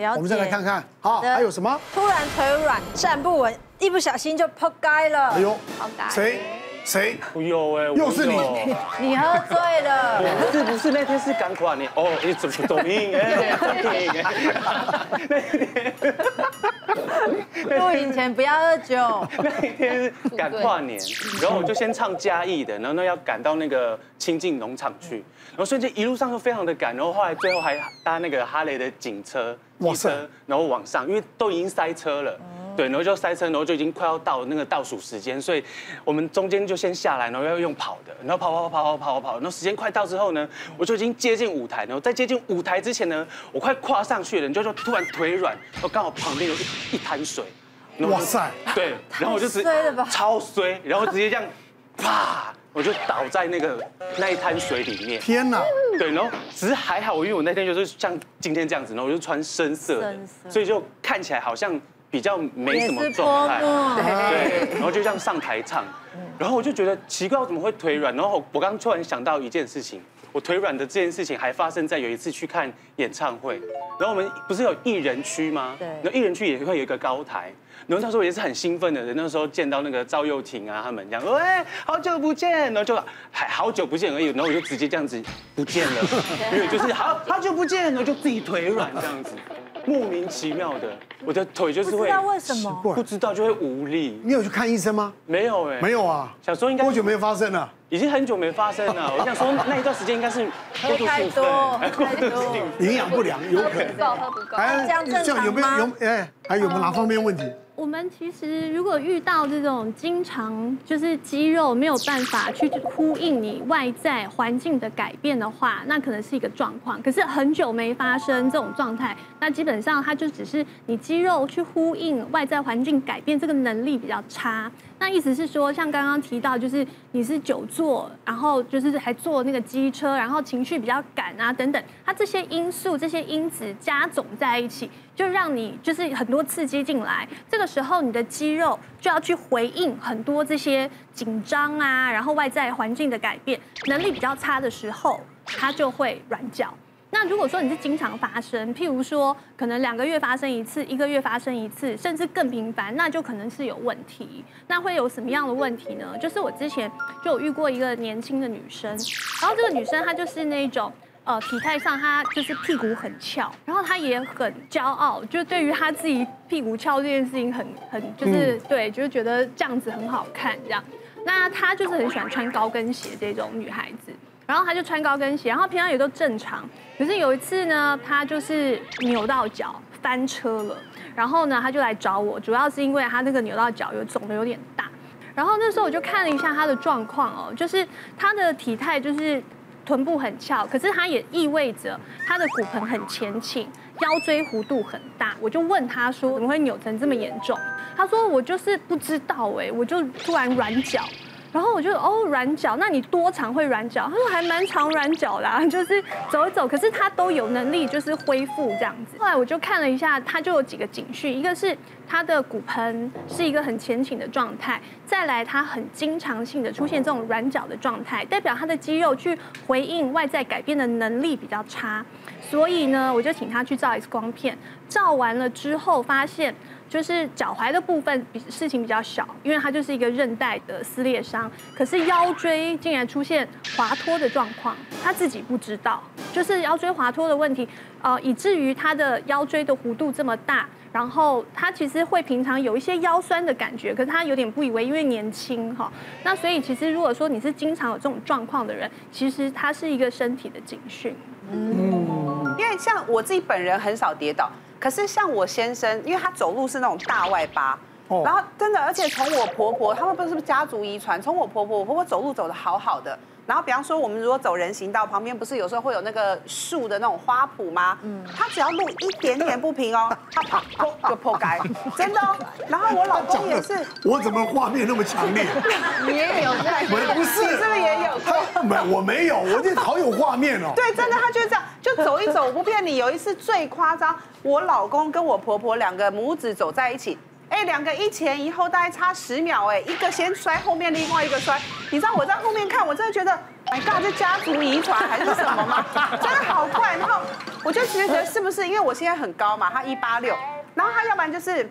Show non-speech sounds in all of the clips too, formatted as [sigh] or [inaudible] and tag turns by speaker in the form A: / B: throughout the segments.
A: 了解。
B: 我们再来看看，好，
A: 好的
B: 还有什么？
A: 突然腿软，站不稳，一不小心就扑街了。
B: 哎呦
C: 好大，
B: 谁谁
D: 有哎，我
B: 又是你
D: 有
B: [laughs]
A: 你喝醉了，
D: 不是不是，那天是 [laughs] 钢管你哦，你怎么懂音哎？懂 [laughs] 音
A: 录影前不要喝酒。
D: 那一天是赶跨年，然后我就先唱嘉义的，然后呢要赶到那个清境农场去，然后瞬间一路上就非常的赶，然后后来最后还搭那个哈雷的警车、
B: 哇
D: 机
B: 塞
D: 车，然后往上，因为都已经塞车了。
B: 嗯
D: 对，然后就塞车，然后就已经快要到那个倒数时间，所以我们中间就先下来，然后要用跑的，然后跑跑跑跑跑跑跑，然后时间快到之后呢，
B: 嗯
D: 我就已经接近舞台，然后在接近舞台之前呢，我快跨上去了，你就说突然腿软，然后刚好旁边有一一滩水，然后我就
B: 哇塞
D: 对，然后我就直
A: 太衰了吧
D: 超衰，然后直接这样，啪，我就倒在那个那一滩水里面。
B: 天哪！
D: 对，然后只是还好，因为我那天就是像今天这样子，然后我就穿深色的
A: 深，色
D: 所以就看起来好像比较没
A: 也
D: 什么
A: 是
D: 状
A: 泼
D: 态。
A: 墨，
D: 对，然后就这样上台唱，然后我就觉得奇怪，我怎么会腿软？然后我刚突然想到一件事情，我腿软的这件事情还发生在有一次去看演唱会，然后我们不是有艺人区吗？
A: 对
D: 然后艺人区也会有一个高台。然后那时候也是很兴奋的人，那时候见到那个赵又廷啊，他们这样，喂，好久不见，然后就还好久不见而已，然后我就直接这样子不见了，因为就是好好久不见，然后就自己腿软这样子，莫名其妙的，我的腿就
A: 不
D: 是
A: 知
D: 会
A: 道为什么。
D: 不知道就会无力。
B: 你有去看医生吗？
D: 没有哎、
B: 没有啊，
D: 想说应该
B: 多久没发生了？
D: 已经很久没发生了。我想说那一段时间应该是过度兴
A: 太
D: 奋，
A: 多，
D: 过
A: 太
D: 度兴
A: 多
D: 奋。
B: 营养不良有可
C: 喝不
B: 能。
C: 够，喝不够。
B: 哎
A: 这样正常
B: 有没有有哎，还有没有哪方面问题？
E: 我们其实如果遇到这种经常就是肌肉没有办法去呼应你外在环境的改变的话，那可能是一个状况。可是很久没发生这种状态，那基本上它就只是你肌肉去呼应外在环境改变这个能力比较差。那意思是说，像刚刚提到，就是你是久坐，然后就是还坐那个机车，然后情绪比较赶啊等等，它这些因素、这些因子加总在一起，就让你就是很多刺激进来。这个时候，你的肌肉就要去回应很多这些紧张啊，然后外在环境的改变，能力比较差的时候，它就会软脚。那如果说你是经常发生，譬如说可能两个月发生一次，一个月发生一次，甚至更频繁，那就可能是有问题。那会有什么样的问题呢？就是我之前就有遇过一个年轻的女生，然后这个女生她就是那种。呃，体态上她就是屁股很翘，然后她也很骄傲，就是对于她自己屁股翘这件事情很很就是、对，就是觉得这样子很好看这样。那她就是很喜欢穿高跟鞋这种女孩子，然后她就穿高跟鞋，然后平常也都正常。可是有一次呢，她就是扭到脚翻车了，然后呢，她就来找我，主要是因为她那个扭到脚有肿的有点大。然后那时候我就看了一下她的状况哦，就是她的体态就是臀部很翘，可是它也意味着它的骨盆很前倾，腰椎弧度很大。我就问他说，怎么会扭成这么严重？他说我就是不知道哎、我就突然软脚。然后我就哦软脚，那你多长会软脚？他说还蛮常软脚啦， [laughs] 就是走一走，可是他都有能力就是恢复这样子。后来我就看了一下，他就有几个警讯，一个是他的骨盆是一个很前倾的状态，再来他很经常性的出现这种软脚的状态，代表他的肌肉去回应外在改变的能力比较差。所以呢，我就请他去照 X 光片，照完了之后发现。就是脚踝的部分比事情比较小，因为它就是一个韧带的撕裂伤，可是腰椎竟然出现滑脱的状况，他自己不知道，就是腰椎滑脱的问题，呃，以至于他的腰椎的弧度这么大，然后他其实会平常有一些腰酸的感觉，可是他有点不以为，因为年轻哈、那所以其实如果说你是经常有这种状况的人，其实它是一个身体的警讯。
F: 因为像我自己本人很少跌倒，可是像我先生，因为他走路是那种大外八。
B: 哦
F: 然后真的，而且从我婆婆，他们不是不是家族遗传，从我婆婆，我婆婆走路走的好好的。然后比方说，我们如果走人行道旁边，不是有时候会有那个树的那种花圃吗？嗯，她只要路一点点不平哦，她啪砰就破街，
B: [laughs]
F: 真的、哦。然后我老公也是，
B: 我怎么画面那么强烈？
C: 你也有在
B: 不是，不是，
F: 你是不是也有过？
B: 没，我没有，我这好有画面哦。
F: 对，真的，他就是这样，就走一走，我不骗你。有一次最夸张，我老公跟我婆婆两个母子走在一起，哎，两个一前一后，大概差十秒，哎，一个先摔，后面另外一个摔。你知道我在后面看，我真的觉得。 my god，这家族遗传还是什么吗？真的好怪。然后我就觉得是不是因为我现在很高嘛，他一八六，然后他要不然就是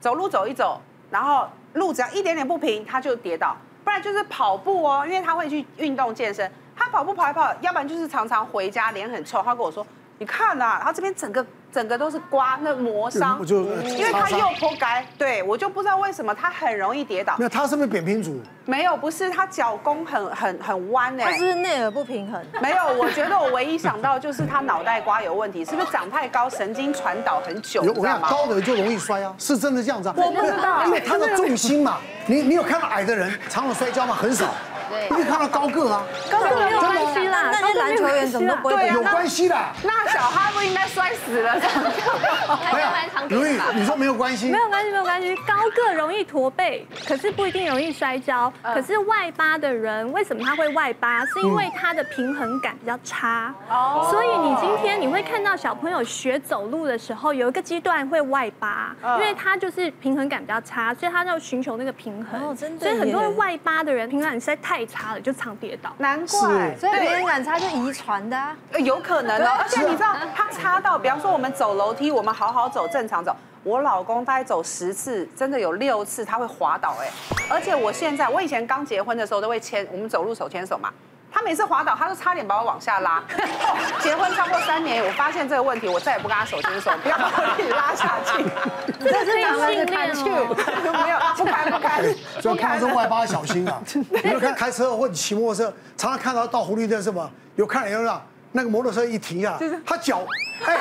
F: 走路走一走，然后路只要一点点不平，他就跌倒；不然就是跑步哦，因为他会去运动健身。他跑步跑一跑，要不然就是常常回家脸很臭，他跟我说：“你看呐、啊，他这边整个 [laughs] 整个都是刮，那磨伤
B: 嗯我，就
F: 因为他右坡该，对我就不知道为什么他很容易跌倒
B: 没。有，他是不是扁平足？
F: 没有，不是他脚弓很很很弯
A: 他
F: 哎
A: 是。 [laughs] 不是内耳不平衡？
F: 没有，我觉得我唯一想到就是他脑袋瓜有问题，是不是长太高，神经传导很久，
B: 有
F: 你
B: 我
F: 知
B: 跟你讲，
F: 道吗？
B: 高的就容易摔啊，是真的这样子啊。
F: 我不知道
B: 因为他的重心嘛，你你有看到矮的人常有摔跤吗？很少，
C: 对
B: 你看到高个啊，
F: 根本
E: 没有关系啦，
A: 那些篮球员怎么都不会
F: 对啊
A: 被
B: 有关系的。
F: 那小哈不应该摔死了，
B: 哎
C: 还是蛮常
B: 所
C: 见
B: 以
C: 的吧。
B: 你说没有关系
E: 没，有关系，没有关系。高个容易驼背，可是不一定容易摔跤。
A: 嗯
E: 可是外八的人，为什么他会外八？是因为他的平衡感比较差。哦。所以你今天你会看到小朋友学走路的时候，有一个阶段会外八，
A: 嗯
E: 因为他就是平衡感比较差，所以他要寻求那个平衡。
A: 哦真的
E: 所以很多
A: 耶
E: 人外八的人，平衡感实在太差了，就常跌倒。
F: 难怪。
C: 所以别
F: 对
C: 人感差就遗传的、啊，
F: 呃有可能哦，而且你知道，他插到，比方说我们走楼梯，我们好好走，正常走。我老公大概走十次，真的有六次他会滑倒哎、而且我现在，我以前刚结婚的时候都会牵，我们走路手牵手嘛。他每次滑倒，他都差点把我往下拉。 [laughs] 结婚超过三年，我发现这个问题，我再也不跟他手
B: [laughs]
F: 牵手，不要把我自己拉下去。
E: 这个可以训练哦。
F: [laughs] 没有，不敢不敢。
B: [laughs] 所以哎看到这外八要小心 [laughs] 啊。你有看开车或者骑摩托车，常常看到到红绿灯是吗？有看人让那个摩托车一停下来，他脚哎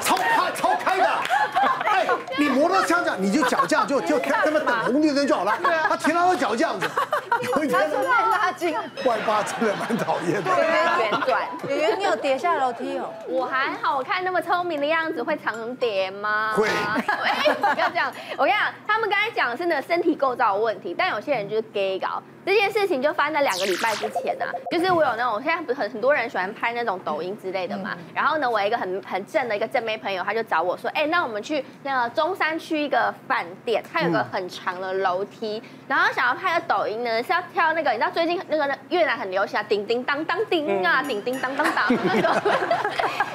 B: 超开超开的，哎你摩托车这样你就脚这样就就看他们等红绿灯就好了，他停到他脚这样 [laughs] 子，有一天
C: 拉近，
B: 外八真的蛮讨厌的。 [laughs]
C: 这边旋转。
A: 圆圆，你有跌下楼梯哦？
C: 我还好，我看那么聪明的样子，会常跌吗？
B: 会
C: 哎不要这样。我跟你讲，他们刚才讲的真的身体构造的问题，但有些人就是 gay 搞这件事情，就发生在两个礼拜之前啊。就是我有那种，现在不是很很多人喜欢拍那种抖音之类的嘛。然后呢，我有一个很很正的一个正妹朋友，他就找我说，哎，那我们去那个中山区一个饭店，它有个很长的楼梯，然后想要拍的抖音呢是要跳那个，你知道最近那个越南很流行啊，叮叮当当叮啊，叮叮当当当那种。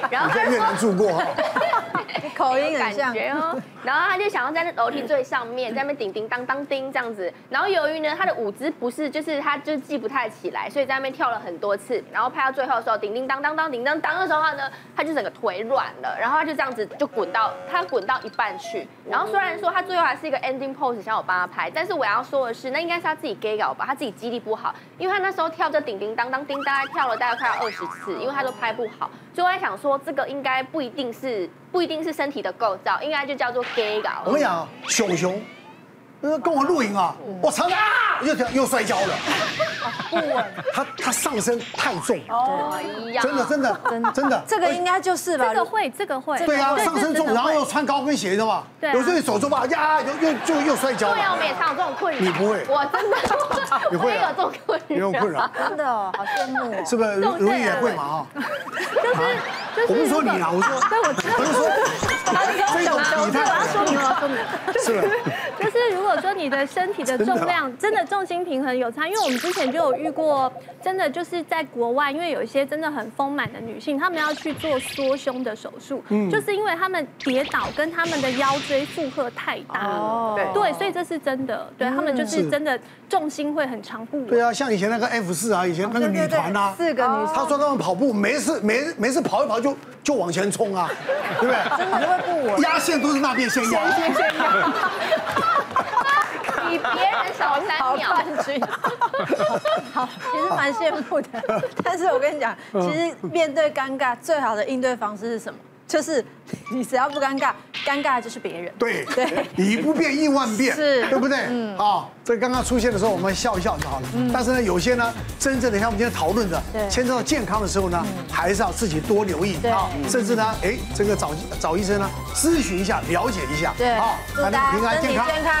C: 然后
B: 你
C: 他
B: 在
C: 就
B: 越
C: 说
B: 南住过哈？
A: 口音
C: 感
A: 很像。
C: 觉哦。然后他就想要在那楼梯最上面，在那边叮叮当当叮这样子。然后由于呢，他的舞姿不是，就是他就记不太起来，所以在那边跳了很多次。然后拍到最后的时候，叮叮当当当叮当当的时候呢，他就整个腿软了，然后他就这样子就滚到他滚到一半
B: 嗯
C: 去。然后虽然说他最后还是一个 ending pose 想我帮他拍，但是我要说的是，那应该是他自己 gay 搞吧，他自己肌力不好，因为他那时候跳这叮叮当当叮，大概跳了大概快要二十
B: 哦
C: 次，因为他都拍不好。所以我在想说，这个应该不一定是不一定是身体的构造，应该就叫做 gay 搞。
B: 我跟你讲啊，熊熊，呃，跟我露营啊，我常常啊，又又摔跤了， [laughs] 不稳，他他上身太重，
C: 哦一样，
B: 真的真的真的，哎
A: 这个应该就是吧
E: 这？个会，这个会。
B: 对啊，
E: 这
B: 上身
E: 真
B: 重，
E: 的
B: 然后
E: 会
B: 又穿高跟鞋的嘛，
E: 对啊
B: 有时候你手肘吧呀，又又就又摔跤
C: 对啊，我们也
B: 了，
C: 常有这种困扰。
B: 你不会
C: 我真的，
B: [laughs] 你
C: 我
B: 会
C: 也有
B: 啊
C: 这种困扰。
B: 也有困扰，
A: 真的哦，好羡慕哦。
B: 是不是？如如意也会嘛啊？
E: 就是
B: 我不是
E: 如
B: 说
E: 果
B: 你啊，我说，
E: 对，我知道。
B: 我是说，这种体态， [laughs] 是不是？
E: [laughs] 就是如果说你的身体的重量 [laughs] 真的哦重心平衡有差，因为我们之前就有遇过，真的就是在国外，因为有一些真的很丰满的女性，她们要去做缩胸的手术，就是因为她们跌倒跟她们的腰椎负荷太大
G: 哦
E: 了，
F: 对
E: 对，所以这是真的，对她们就是真的重心会很长不
B: 对
E: 稳。
B: 啊，像以前那个 F 四啊，以前那个
A: 对
B: 女
A: 对
B: 团啊
A: 对，，四个女生
B: 他说他们跑步没事没没事跑一跑就就往前冲啊，对不对？
A: 真的会不稳。
B: 压线都是那边先压，
C: 比别人少三秒。
A: [laughs] 其实蛮羡慕的。但是我跟你讲，
B: 嗯
A: 其实面对尴尬，最好的应对方式是什么？就是你只要不尴尬，尴尬的就是别人。
B: 对
A: 对，
B: 以不变应万变，
A: 是
B: 对不对？嗯，啊，这刚刚出现的时候，我们笑一笑就好了。但是呢，有些呢，真正的像我们今天讨论的，
A: 嗯对嗯
B: 牵扯到健康的时候呢，还是要自己多留意啊，甚至呢，哎，这个找找医生呢，咨询一下，了解一下，
A: 对
B: 啊，，
A: 祝
B: 让你
A: 大
B: 平
A: 家
B: 安
A: 身体
B: 健
A: 健
B: 康。
A: 康。